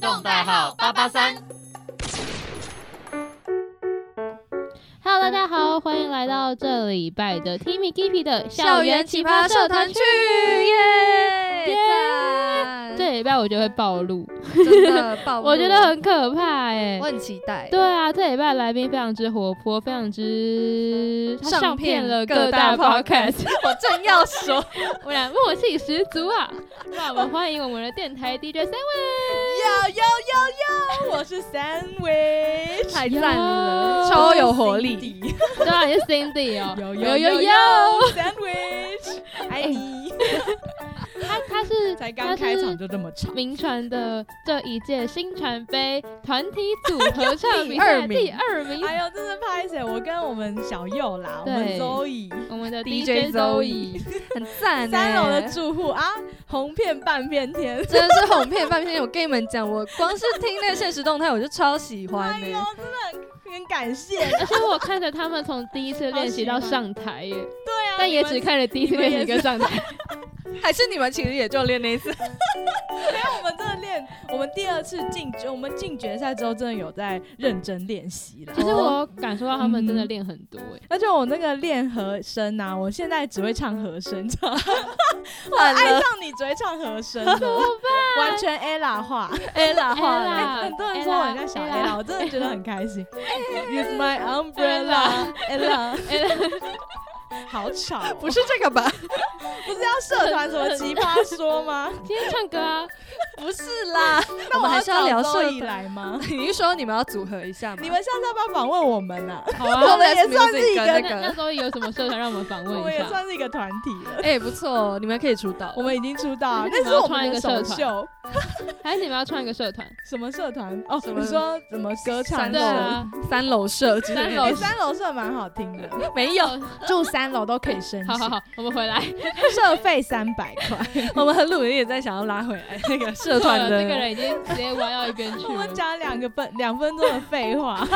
动代号八八三。 Hello，大家好，欢迎来到这礼拜的 Timmy Gippy 的耶耶赞这礼拜我觉得会暴露，真的 爆我觉得很可怕哎、哦我很期待。对啊，这礼拜来宾非常之活泼，非常之他上上片片了各各大大 podcast，我正要 说， 我俩默契十足啊！让我们欢迎我们的电台 DJ 三位，要要要要，我是三维，太赞了，哟超有活力。对啊，你是 Cindy 哦，有有有有有有哎有，，sandwich，爱你。他他是才刚开场。就这么他长是，名传的这一届新传杯团体组合唱比 第二赛名第二名，哎呦，真的拍谁？我跟我们小右啦，我对们周乙。我们的 DJ DJ Zoe，很赞、欸。三楼的住户啊，红遍半边天，真的是哄骗半天。我跟你们讲，我光是听那个现实动态，我就超喜欢哎呢、呦，真的很很感谢。而且我看着他们从第一次练习到上台耶，对啊，但也只你们看了第一次练习跟上台，还是你们其实也就练那一次，我们真的练，我们第二次进决，我们进决赛之后真的有在认真练习啦 其。实我感受到他们真的练很多哎，而且我那个练和声呐、啊，我现在只会唱和声，知道吗完爱 上了你只会唱和声嗯了， 完全 ella 化。 Ella 话哎 Ella 了。很多人说我很像小 Ella， ella，我真的觉得很开心。Use my umbrella，ella。好 吵哦、不是这 个吧？不是要社团什么奇葩说 吗？今天唱歌啊，不是啦，那我们还是要聊社社以团。来吗？ 你是说你们要组合一下吗？你们下次要不要访问我们啊？好我啊，们也算是一跟个 那那那个，时候有什么社团让我们访我问们一也下？算是一个团体了。哎、不错哦，你们可以出道我。们已经出道了，那那你们是要我创一们的个首社团秀。还是你们要创一个社 团？什么社团？哦，什么你说什么歌唱三社？楼啊对啊，三楼社之类三的，哎楼三楼社蛮好听的，没有，住三楼都可以申好好请，好，我们回来。 社费三百块。 我们很努力也在想要拉回来啊那个社团错了 的。这个人已经直接弯到一边去我了们。讲两个分两分钟的废 话，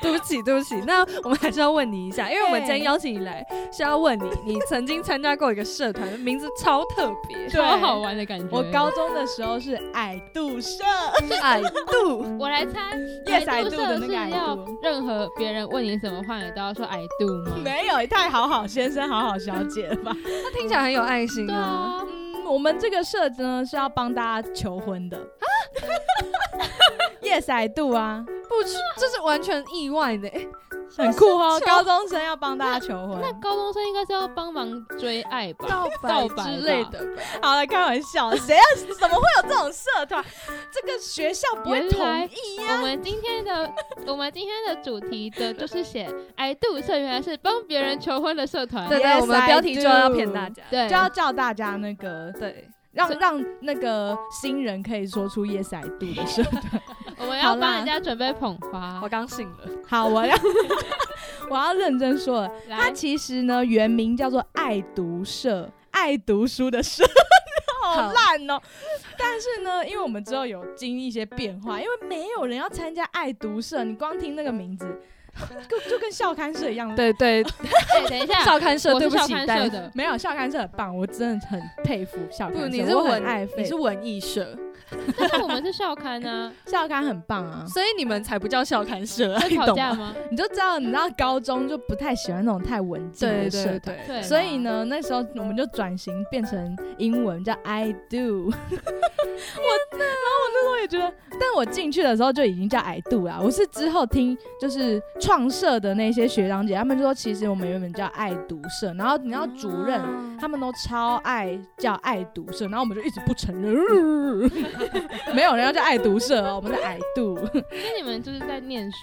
对不起，对不起，那我们还是要问你一下，因为我们对今天邀请你来是要问你，你曾经参加过一个社团，名字超特 别，超好玩的感觉。我高中的时候是矮度社，是矮度，我来猜， Yes，矮 I do 社的是那个矮要度任何别人问你什么话，你都要说矮度吗？没有，也太好好先生、好好小姐 了吧？他听起来很有爱心对啊。啊，嗯，我们这个社呢是要帮大家求婚 的。Yes I do 啊，不知，这是完全意外欸的，很酷哦，求高中生要帮大家求 婚。那高中生应该是要帮忙追爱吧？告告白吧之类的吧。好了，开玩笑，谁要怎么会有这种社团？这个学校不会原同来意我们今天的 我们今天的主题的就是写矮度社，原来是帮别人求婚的社团。对 Yes, 对，我们的标题就 I 要 do 骗大家。对，就要叫大家那个对，让所以让那个新人可以说出 yes I do 的社团。我们好要啦帮人家准备捧花我。刚醒了，好，我要 我要认真说了，它来，其实呢原名叫做爱读社，爱读书的社。好好烂哦！但是呢，因为我们之后有经历一些变化，因为没有人要参加爱读社，你光听那个名字，就就跟校刊社一样。对对， 哎，等一下，少刊社，我对是不校起，刊但社的，没有校刊社很棒，我真的很佩服校刊社。不，你是我很文爱费，你是文艺社，但是我们是校刊啊， 校刊很棒啊。所以你们才不叫校刊社啊，会你吵懂架吗？吗？你就知道，你知道高中就不太喜欢那种太文静对的社对团，对，对，所以，呢，那时候我们就转型变成英文叫 I do。我，然后我那时候也觉得，但我进去的时候就已经叫 I do 啦。我是之后听就是创社的那些学长姐，他们说其实我们原本叫爱读社，然后你知道主任。啊他们都超爱叫爱读社，然后我们就一直不承认， 没有人要叫爱读社哦，我们是爱读。所以你们就是在念书，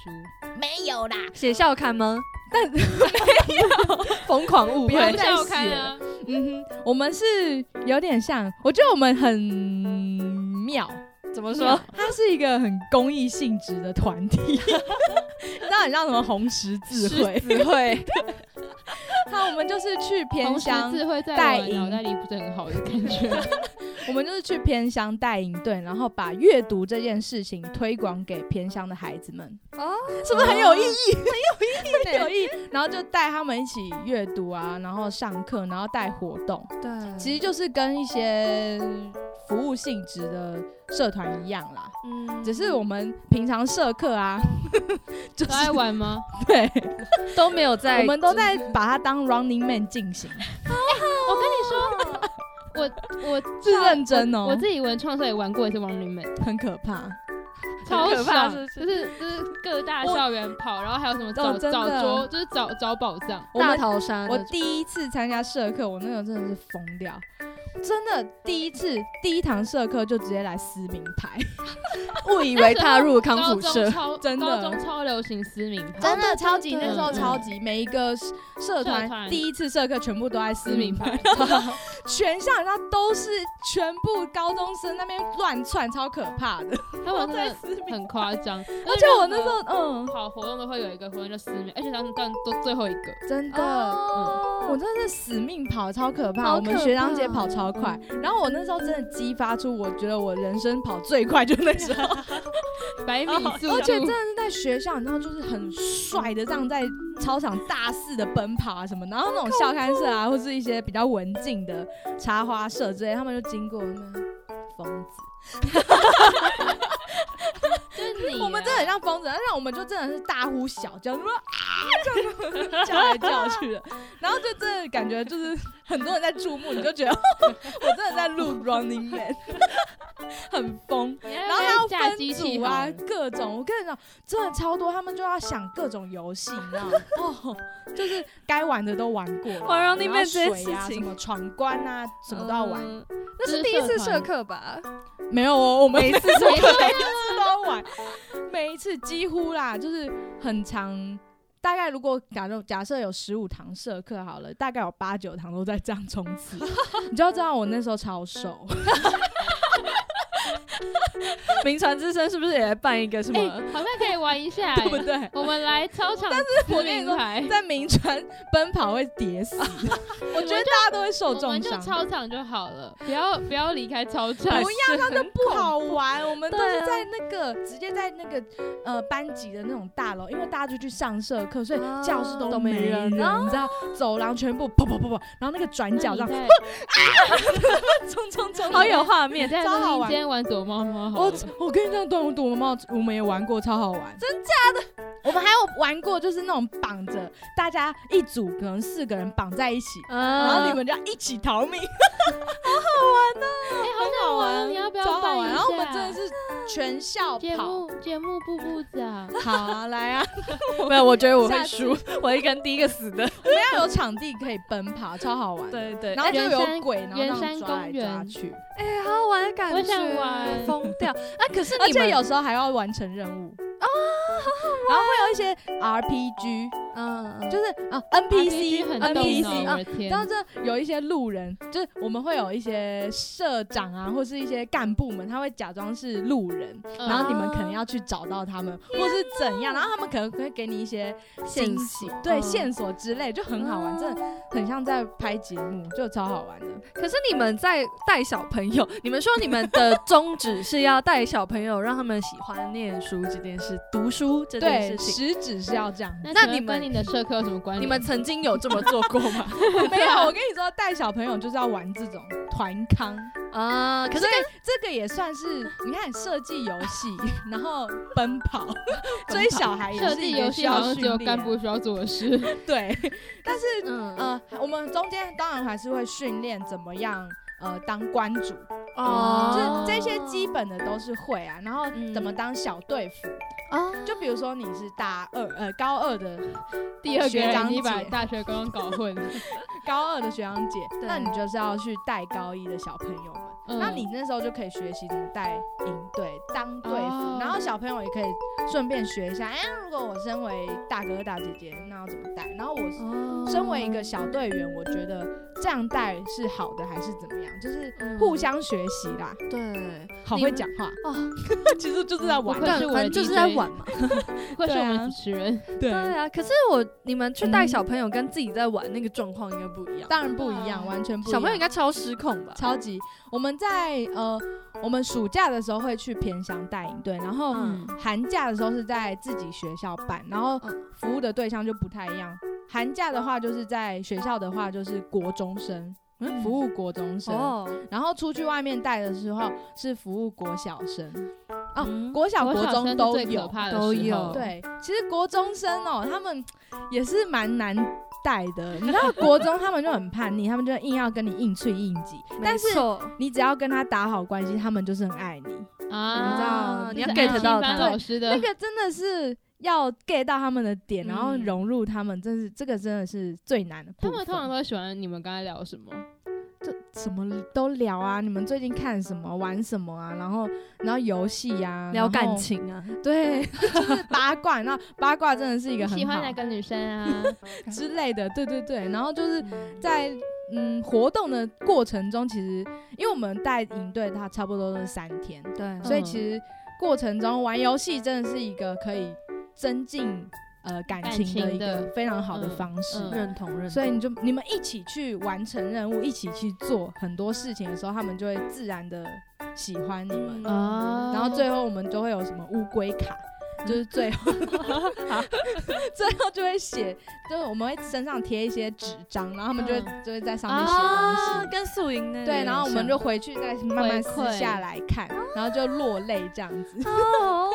没有啦，写校刊吗？但没有， 疯狂误不要会不。再校刊写啊，嗯哼，我们是有点像，我觉得我们很妙，怎么我说？它是一个很公益性质的团体， 你知道很像什么红十字会？词 汇，那我们就是去偏同时乡，智慧在带我脑营袋里不是很好的感 觉。我们就是去偏乡带营队，然后把阅读这件事情推广给偏乡的孩子们，哦，是不是很有意义？ 对哦有意义。然后就带他们一起阅读啊，然后上课，然后带活动，对，其实就是跟一些服务性质的社团一样啦，嗯只是我们平常社课啊，就都爱是玩吗？对，都没有在，我们都在把它当 Running Man 进行，我跟你说，我我是上认真哦我自己文创社也玩过一次王女 美，很可怕。超可怕爽是就不是就是各大我哦校园跑，然后还有什么找真的找桌，就是找找宝藏。我大们逃杀那我种，第一次参加社课，我那时候真的是疯掉，真的第一次第一堂社课就直接来撕名牌，误以为踏入康高复中社，超 真的高中超流行撕名牌，真的超级真那的时候嗯超级，每一个社社社团团第一次社课全部都在撕撕名名牌， 牌。全校人家都是全部高中生那边乱窜，超可怕的，他们都真在的撕名。很夸张，而 而且我那时候嗯，跑活动都会有一个活动叫撕名，而且他们干都最后一个。真的。嗯哦我真的是死命跑，超可怕！好我们可学长姐怕跑超快，然后我那时候真的激发出，我觉得我人生跑最快就那 时候，百米速度，哦而且真的是在学校，你知道，就是很帅的这样在操场大肆的奔跑啊什么，然后那种校刊社啊，或是一些比较文静的插花社之类，他们就经过那疯子，就是你啊，我们真的很像疯子，那我们就真的是大呼小叫，什么啊，这样 叫来叫去的，然后就真的感觉就是很多人在注目，你就觉得 我真的在录 Running Man，很疯。你还有然后那还个要架分机器组啊好，各种。我跟你讲，真的超多，他们就要想各种游戏，你知道吗？ 哦，就是该玩的都玩过了，玩 Running 然后 Man 这件水事啊，什情么闯关啊，什么都要哦玩。嗯那是这是第一次社社团课吧？没有哦，我们每次都没有每一次都要玩，每一次几乎啦，就是很长。大概如果假设假设有十五堂社课好了，大概有八九堂都在这样冲 刺，你就知道我那时候超瘦。 名传之声是不是也来办一个什哎么？好像可以玩一下欸， 哎对不对？我们来操场我撕跟你名说牌，在名川奔跑会跌死，我觉得大家都会受我们重就伤。操场就好了，不要不要离开操不场。 要，它那不好玩。我们都是对啊在那个直接在那个呃班级的那种大楼，因为大家就去上社课，所以啊教室都没没人，人啊你知道，走廊全部砰砰砰砰，然后那个转 角这样 在冲冲冲，好有画你 面，在超好录音玩间玩躲猫猫好我了，我跟你讲，躲躲猫猫我们也玩过，超好玩，真假的。我们还有玩过，就是那种绑着大家一组，可能四个人绑在一起，然后你嗯，们就要一起逃命，哎，好好想 玩玩，要不要超好办玩。一然后我们下真的是全校节跑，目节目步步长，好啊，来啊，没有，我觉得 我下会次输，我会跟第一个死的。我们要有场地可以奔跑，超好玩。，对哎对，然后就圆山有鬼，然后圆让山抓来公园抓去，哎，好好玩的感觉，我 想玩疯掉。啊，可是而你且们有时候还要完成任务哦啊，然后会有一些 RPG，嗯，嗯就是啊 RPG NPC 很动脑， NPC 我啊的。天然，后这有一些路人，就是我们会有一些社长啊，或是一些干部们，他会假装是路人，嗯然后你们可能要去找到他们，或是怎样，然后他们可能会给你一些线惊索喜，对嗯线索之类，就很好玩，真的很像在拍节目，就超好玩的。可是你们在带小朋友，你们说你们的宗旨是要带小朋友，让他们喜欢念书这件事，读书这件事对，情。食指是要这样。那那请你问跟你们的社科有什么关联？你们曾经有这么做过吗？ 没有，我跟你说，带小朋友就是要玩这种团康， 啊，可是所以这个也算是 你看设计游戏， 然后奔跑，追小孩也设是一计个游需戏要好像只有训练啊干部需要做的事， 对，但是嗯呃，我们中间当然还是会训练怎么样呃当关主，哦就是这些基本的都是会啊，然后嗯怎么当小队服，哦，嗯就比如说你是大二呃高二的 第二个学长人你把姐大学刚刚搞混， 高二的学长姐，对那你就是要去带高一的小朋友们。嗯那你那时候就可以学习怎么带营队、当队服，哦然后小朋友也可以顺便学一下。哎，如果我身为大哥大姐姐，那要怎么带？然后我哦身为一个小队员，我觉得这样带是好的还是怎么样？就是互相学习啦。嗯对好你会讲话哦， 其实就是在玩不愧是我的反正就是在 DJ 玩嘛。不愧是我对啊们主持人，对对啊，可是我你们去带嗯小朋友跟自己在玩那个状况应该不一样，当然不一样，完全不一小样。啊朋友应该超失控吧？超级，我们在呃，我们暑假的时候会去偏乡带营队，然后嗯寒假的时候是在自己学校办，然后嗯服务的对象就不太一样。寒假的话就是在学校的话就是国中生，嗯服务国中生，哦，然后出去外面带的时候是服务国小生，哦嗯 国小、国中都最可有。怕的都时候有对，其实国中生哦，他们也是蛮难带的。你知道，国中他们就很叛逆，他们就硬要跟你硬吹硬挤，但是没错你只要跟他打好关系，他们就是很爱你。啊，就是你知道你要安 get 心到班他老师的那个真的是要 get 到他们的点，然后嗯融入他们，真是这个真的是最难的部 他分。们通常都会喜欢你们刚才聊什么？就什么都聊啊，你们最近看什么、玩什么啊，然后然后游戏啊，聊然感后，情啊，对， 就是八卦。那八卦真的是一个你很喜欢好哪个女生 啊？之类的，对对对。然后就是在嗯活动的过程中，其实因为我们带营队，它差不多都是三天，对所以嗯其实过程中玩游戏真的是一个可以增进呃感感情的情一个的非常好的嗯方式。嗯认同认同，所以你就你们一起去完成任务，一起去做很多事情的时候，他们就会自然的喜欢你们。嗯哦，然后最后我们都会有什么乌龟卡，就是 最后最后就会写，就是我们会身上贴一些纸张，然后他们就会、嗯哦就会在上面写啊，东西。跟宿营那对，然后我们就回去再慢慢回撕馈下来看，然后就落泪这样子。 哦，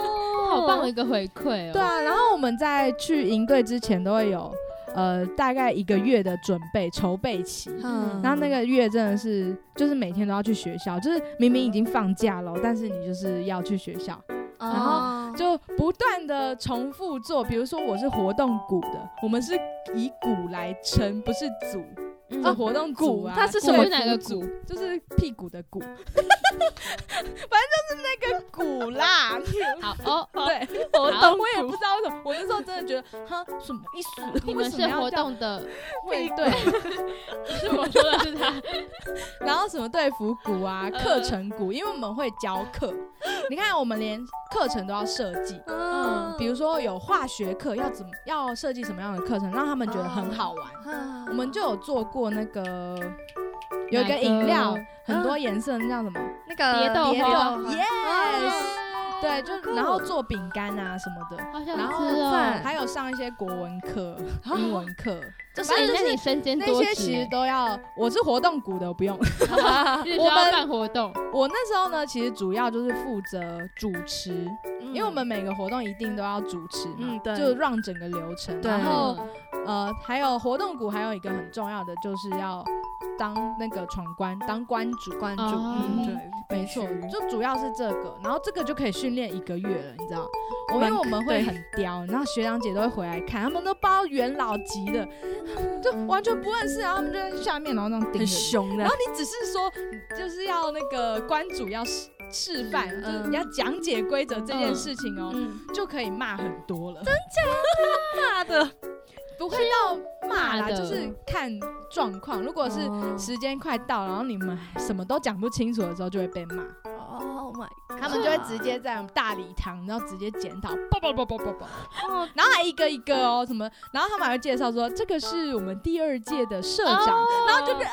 好棒的一个回馈哦。对啊，然后我们在去营队之前都会有呃大概一个月的准备筹备期，嗯，然后那个月真的是，就是每天都要去学校，就是明明已经放假了，但是你就是要去学校，嗯哦，然后就不断的重复做。比如说我是活动股的，我们是以股来称，不是组，嗯就哦活动股啊。股它是什贵么妇哪个 组股？就是屁股的股， 反正就是那个股啦。好 哦，哦对，活好我也不知道为什么，我那时候真的觉得，哈，什么意思？你为们什是么要活叫动 的，会对，不是我说的是 他。然后什么队服股啊、呃课程股，因为我们会教课，你看我们连课程都要设计。嗯，比如说有化学课，要怎么要设计什么样的课程，让他们觉得很好玩。嗯我们就有做过那个有一个饮料，很多颜色，那叫什么？那个蝶豆花豆花耶、yes，哦对，就然后做饼干啊什么的，好想然后吃哦饭。还有上一些国文课、英文课，就是反正就是你身兼那多些职其实欸，都要。我是活动股的，我不用。 一直我需要们办活动，我那时候呢，其实主要就是负责主持， 因因为我们每个活动一定都要主持嘛，嗯嗯对就让整个流程。对然后嗯呃，还有活动股，还有一个很重要的就是要当那个闯关，当关主。关注，哦嗯，对，没错必须，就主要是这个，然后这个就可以训练一个月了，你知道？我因为蛮我们会对很刁，然后学长姐都会回来看，他们都包元老级的，就完全不认识，然后他们就在下面，然后这样盯着很你。凶的然后，你只是说，就是要那个关主要示示范，嗯就是你要讲解规则这件事情哦，嗯，就可以骂很多了。真大的不会到骂啦，是就要骂的是看状况。如果是哦时间快到，然后你们什么都讲不清楚的时候，就会被骂。 ，Oh my，他们就会直接在大礼堂，然后直接检讨，叭叭叭叭叭叭，哦，然后还一个一个哦，什么，然后他们还会介绍说，这个是我们第二届的社长，哦然后就是啊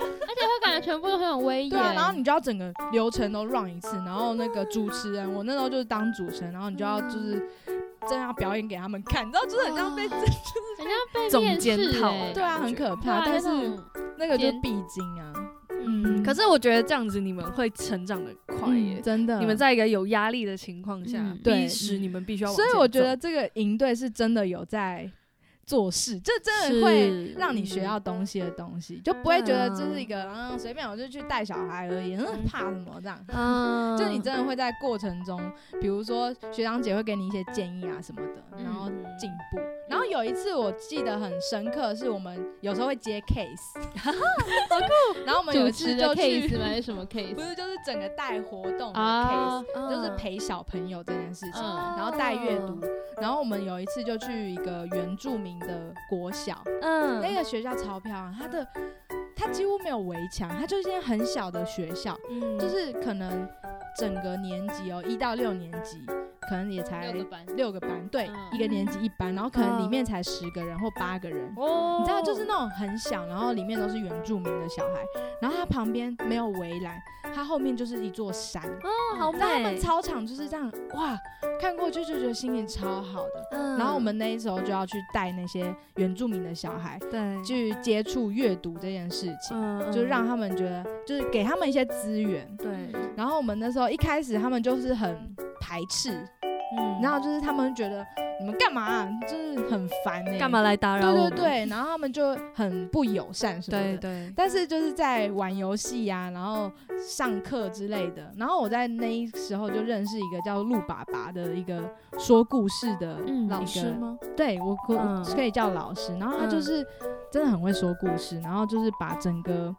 而且会感觉全部都很有威严。对啊，然后你就要整个流程都 run 一次，然后那个主持人，我那时候就是当主持人，然后你就要就是真要表演给他们看，你知道，就是很像被、哦很像被总面检试讨欸 对啊，很可对怕，啊但那是种那个就是检必经啊，嗯， 可是我觉得这样子你们会成长的快嗯耶，真的，你们。在一个有压力的情况下嗯，对逼使你们必须要往所前走，以我觉得这个营队是真的有在做事，这真的会是让你学到东西的东西，就不会觉得这是一个嗯随便我就去带小孩而已，嗯怕什么这样。嗯，就你真的会在过程中，比如说学长姐会给你一些建议啊什么的，然后嗯进步。然后有一次我记得很深刻，是我们有时候会接 case，好酷。 然后我们有主一次持的就 case 吗？去，还是什么 case？不是就是整个带活动的 case，啊，就是嗯陪小朋友这件事情。嗯然后带阅读，然后我们有一次就去一个原住民的国小，嗯，那个学校超漂亮，它的它几乎没有围墙，它就是一间很小的学校，嗯就是可能整个年级哦，一到六年级，可能也才六个班，六个班，对，嗯一个年级一班，然后可能里嗯面才十个人或八个人。哦你知道，就是那种很小，然后里面都是原住民的小孩，然后它旁边没有围栏，它后面就是一座山。哦，好你知道他们美，操场就是这样，哇，看过去就觉得心情超好的。嗯然后我们那时候就要去带那些原住民的小孩对，去接触阅读这件事情，嗯就让他们觉得，就是给他们一些资源。对，然后我们那时候一开始他们就是很排斥，嗯然后就是他们觉得你们干嘛啊、就是很烦呢、干嘛？来打扰我对们？对对，然后他们就很不友善什么的。对对，但是就是在玩游戏呀，然后上课之类的。然后我在那一时候就认识一个叫陆爸爸的一个说故事的， 嗯老老师师吗？对我可、嗯可以叫老师。然后他就是真的很会说故事，然后就是把整个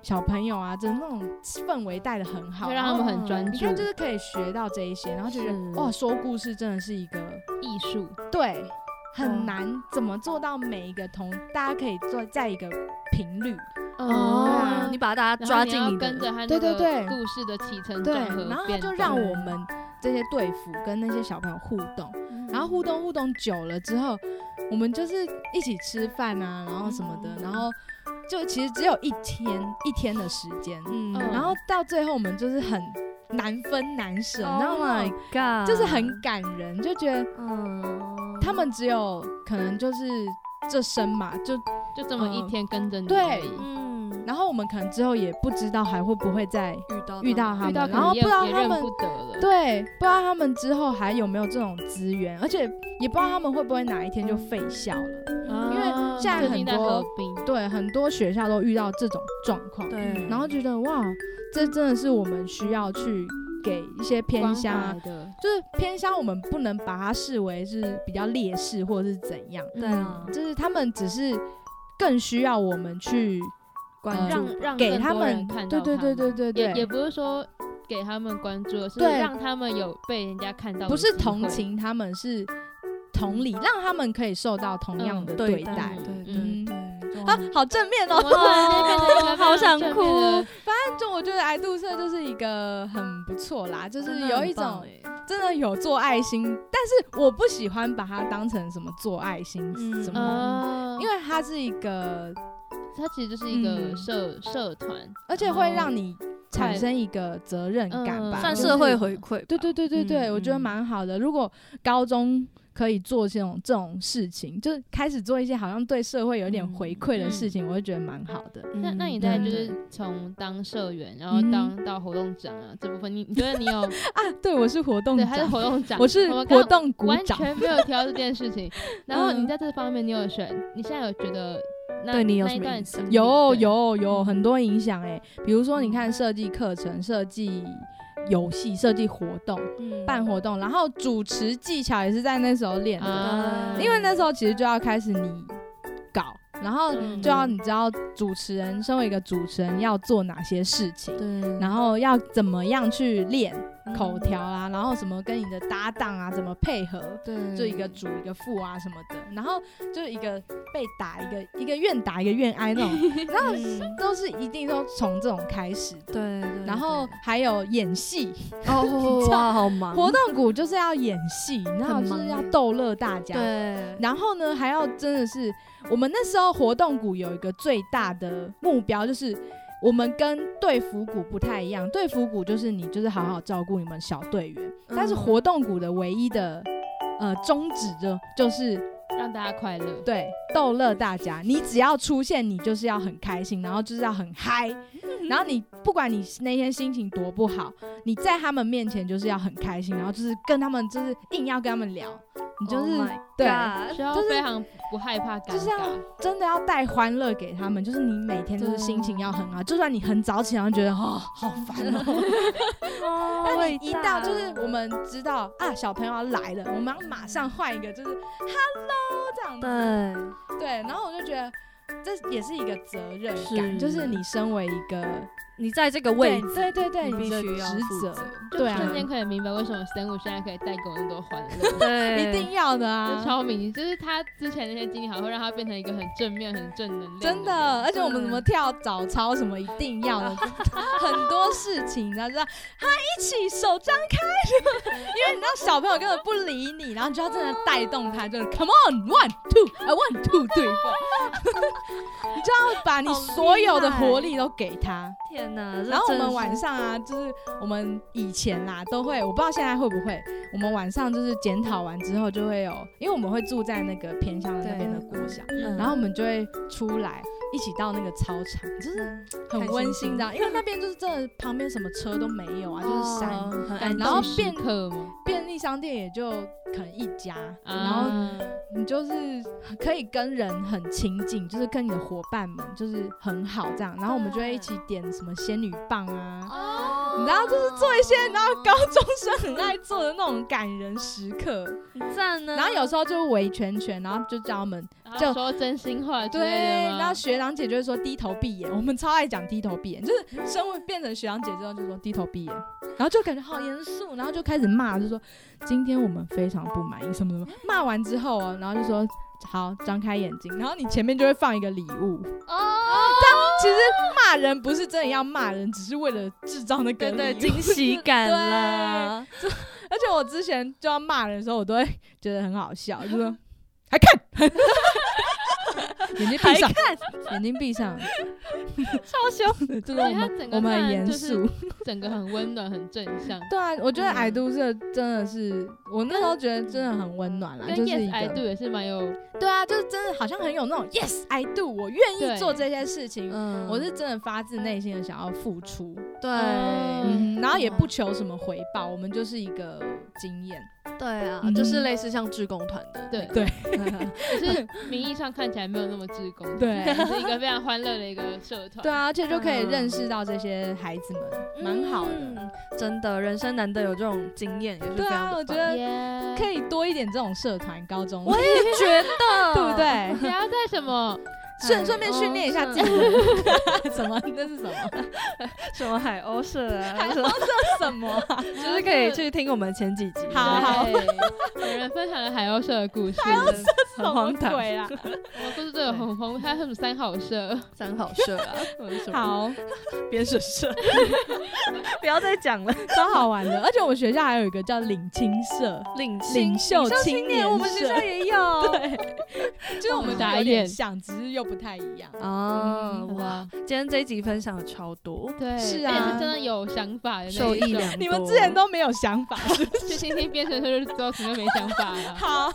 小朋友啊，整个那种氛围带的很好，嗯就让他们很专你注看，就是可以学到这一些，然后就觉是得哇，说故事真的是一个艺术，对哦很难，怎么做到每一个同大家可以做在一个频率，嗯啊哦，你把大家抓进然后你要跟的，着他那对对对个故事的起承对，转合，然后他变就动让我们这些队服跟那些小朋友互动，然后互动互动久了之后，我们就是一起吃饭啊，然后什么的，嗯然后就其实只有一天一天的时间，嗯嗯然后到最后我们就是很难分难舍，你知道 Oh 吗 my？god，就是很感人，就觉得嗯，他们只有哦可能就是这生吧，就就这么一嗯天跟着你对而已，嗯然后我们可能之后也不知道还会不会再遇到遇到他嗯遇到们，可然能后不也知道也他认们不得了，对，不知道他们之后还有没有这种资源，而且也不知道他们会不会哪一天就废校了。嗯因为啊现在最很近在多合并，对，很多学校都遇到这种状况，对，嗯然后觉得哇，这真的是我们需要去给一些偏乡啊，关怀的，就是偏乡，我们不能把它视为是比较劣势或者是怎样，对啊就是他们只是更需要我们去关注让让给更他多人们看，对到对他对们对对也也对，不是说给他们关注，而是对让他们有被人家看到，不是同，情他们，是同理，让他们可以受到同样的对待待。嗯对对嗯对啊，好正面我哦！突然间变成一个 非常好想正面哭的 就我觉得爱杜社就是一个很不错啦，就是有一种种真的有做爱心，但是我不喜欢把它当成什么做爱心嗯什么的，哦，因为它是一个，它其实就是一个嗯社、社团，而且呃会让你产生一个责任感吧，嗯算就是社会回馈吧，对对对对对，嗯我觉得嗯蛮好的。如果高中可以做这种这种事情，就是开始做一些好像对社会有点嗯回馈的嗯事情，我会觉得蛮好的。嗯，那那你在嗯就是从当社员，然后嗯当到活动长啊、这部分，你你觉得你 有啊，对，我是活动对长他是，活动长，我是们刚活动股完长。全没有提到这件事 情。然后你嗯在这方面你有选，你现在有觉得那对你有那一什么段影响经历有对有有很多影响哎、比如说你看设计课程、设计游戏、设计活动、嗯办活动，然后主持技巧也是在那时候练的，啊，因为那时候其实就要开始你搞，然后嗯就要你知道主持人身为一个主持人要做哪些事情，对，然后要怎么样去练嗯口条啊，然后什么跟你的搭档啊怎么配合，对，就一个主一个副啊什么的，然后就是一个被打一个一个愿打一个愿挨那 种，然后嗯都是一定都从这种开始的。对，对然后对还有演戏， 哦哇，好忙，活动股就是要演戏，你知道很就忙是要耶逗乐大家。 对，然后呢，还要真的是我们那时候活动股有一个最大的目标，就是我们跟队服股不太一样，队服股就是你就是好好照顾你们小队员，但是嗯活动股的唯一的呃宗旨就就是让大家快乐，对，逗乐大家。你只要出现，你就是要很开心，然后就是要很嗨，嗯然后你不管你那天心情多不好，你在他们面前就是要很开心，然后就是跟他们就是硬要跟他们聊，你就是、 Oh my 对 God 需要啊就是非常不害怕尴就是要尬，真的要带欢乐给他们，就是你每天就是心情要很好，就算你很早起，然后觉得哦好烦哦， 哦但你伟一大到就是我们知道啊小朋友要来了，我们要马上换一个就是 hello 这样子。对，对，然后我就觉得这也是一个责任是感，就是你身为一个你在这个位对置，对对对，你你必的须要职负责责，就对啊瞬间可以明白为什么生物现在可以带给我那么多欢 乐。对，一定要的就啊。超明，就是他之前那些经历，好像会让他变成一个很正面、很正能量。哎真的，，而且我们怎么跳早操什么一定要的，就很多多事情，然后这样，他一起手张开，因为你知道小朋友根本不理你，然后你就要真的带动他，就是 come on one two 啊 one two 对 你就要把你所有的活力都给他。天哪！然后我们晚上啊，就是我们以前啦都会，我不知道现在会不会，我们晚上就是检讨完之后就会有，因为我们会住在那个偏乡的那边的国小，嗯，然后我们就会出来一起到那个操场，就是嗯很温馨的，因为那边就是真的旁边什么车都没有啊，就是山。哦很哎安然后时变刻吗？便利商店也就可能一家，然后啊你就是可以跟人很亲近，就是跟你的伙伴们就是很好这样，然后我们就会一起点什么仙女棒啊，哦你知道就是做一些你知道高中生很爱做的那种感人时刻，很赞啊呢。然后有时候就围圈圈，然后就叫他们然后就说真心话之对，类的吗然后学长姐就会说低头闭眼，我们超爱讲低头闭眼，就是生物变成学长姐之后就说低头闭眼，然后就感觉好严肃，然后就开始骂，就说今天我们非常不满意什么什么，骂完之后哦，然后就说好张开眼睛，然后你前面就会放一个礼物，哦，其实骂人不是真的要骂人，只是为了制造那个对对，礼物惊喜感啦， 而且我之前就要骂人的时候，我都会觉得很好笑，就说还看， 眼睛闭上，眼睛闭上， 超凶。这所种以他整个我们很严就是肃。整个很温暖，很正向，对 啊，我觉得嗯矮都社真的是，我那时候觉得真的很温暖啦，跟就是一 Yes I Do 个也是蛮有对啊，就是真的好像很有那种 yes I do，我愿意对做这些事情，嗯我是真的发自内心的想要付出，对嗯，嗯然后也不求什么回报，我们就是一个经验，对啊嗯，就是类似像志工团 的，对对，只是名义上看起来没有那么自工，对只是一个非常欢乐的一个社团。对啊，而且就可以嗯认识到这些孩子们，蛮好的。嗯，真的，人生难得有这种经验，也是对非啊，常的我觉棒。得耶，可以多一点这种社团，高中我也 觉 得，对不？对？不要再什么顺顺便训练一下自己己， 什么？那是什么？哦 什么海鸥社啊，什么 什么？ 就是可以去听我们前几集，好好对有人分享了海鸥社的故事，就是很荒唐，鬼 啦！我们故事都有红红，还有什么三好社，三好社啊，或者什么 好，编审社， 不要再讲了，超好玩的。而且我们学校还有一个叫领青社，领领袖青青年我们学 校社也有，就是我们打有眼点像，只是又不太一样。哦，嗯哇，今天这一集分享了超多，对，是而且啊是哎真的有想法的那一受益种良多。你们之 前都没有想法，去听听变成社就知道什么没想法了。好，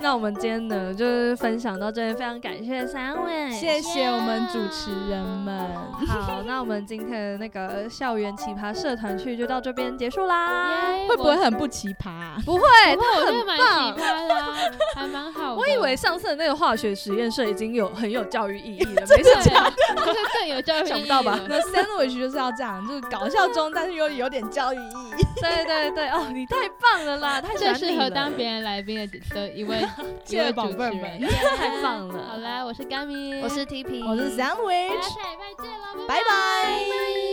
那我们今天呢，就是分享到这里，非常感谢三位，谢谢我们主持人们。好，那我们今天的那个校园奇葩社团剧就到这边结束啦。耶哎会不会我很不奇葩 啊？不会，不会哎我它觉得很蛮棒奇。葩的啊，还蛮好的。我以为上次的那个化学实验社已经有很有教育意义了，没对，想到就是更有教育想意不义到吧了那 sandwich 就是要这样，就是搞笑中，但是又有点教育意义。对对对，哦，你太棒了啦，太喜最欢适你合了，当别人来宾的的一位一谢位谢主宝持贝儿人们。。太棒好了。啦，我是 Gami，我是 T P，我是三。大家嗯 sandwich，下礼拜见喽，拜拜。拜。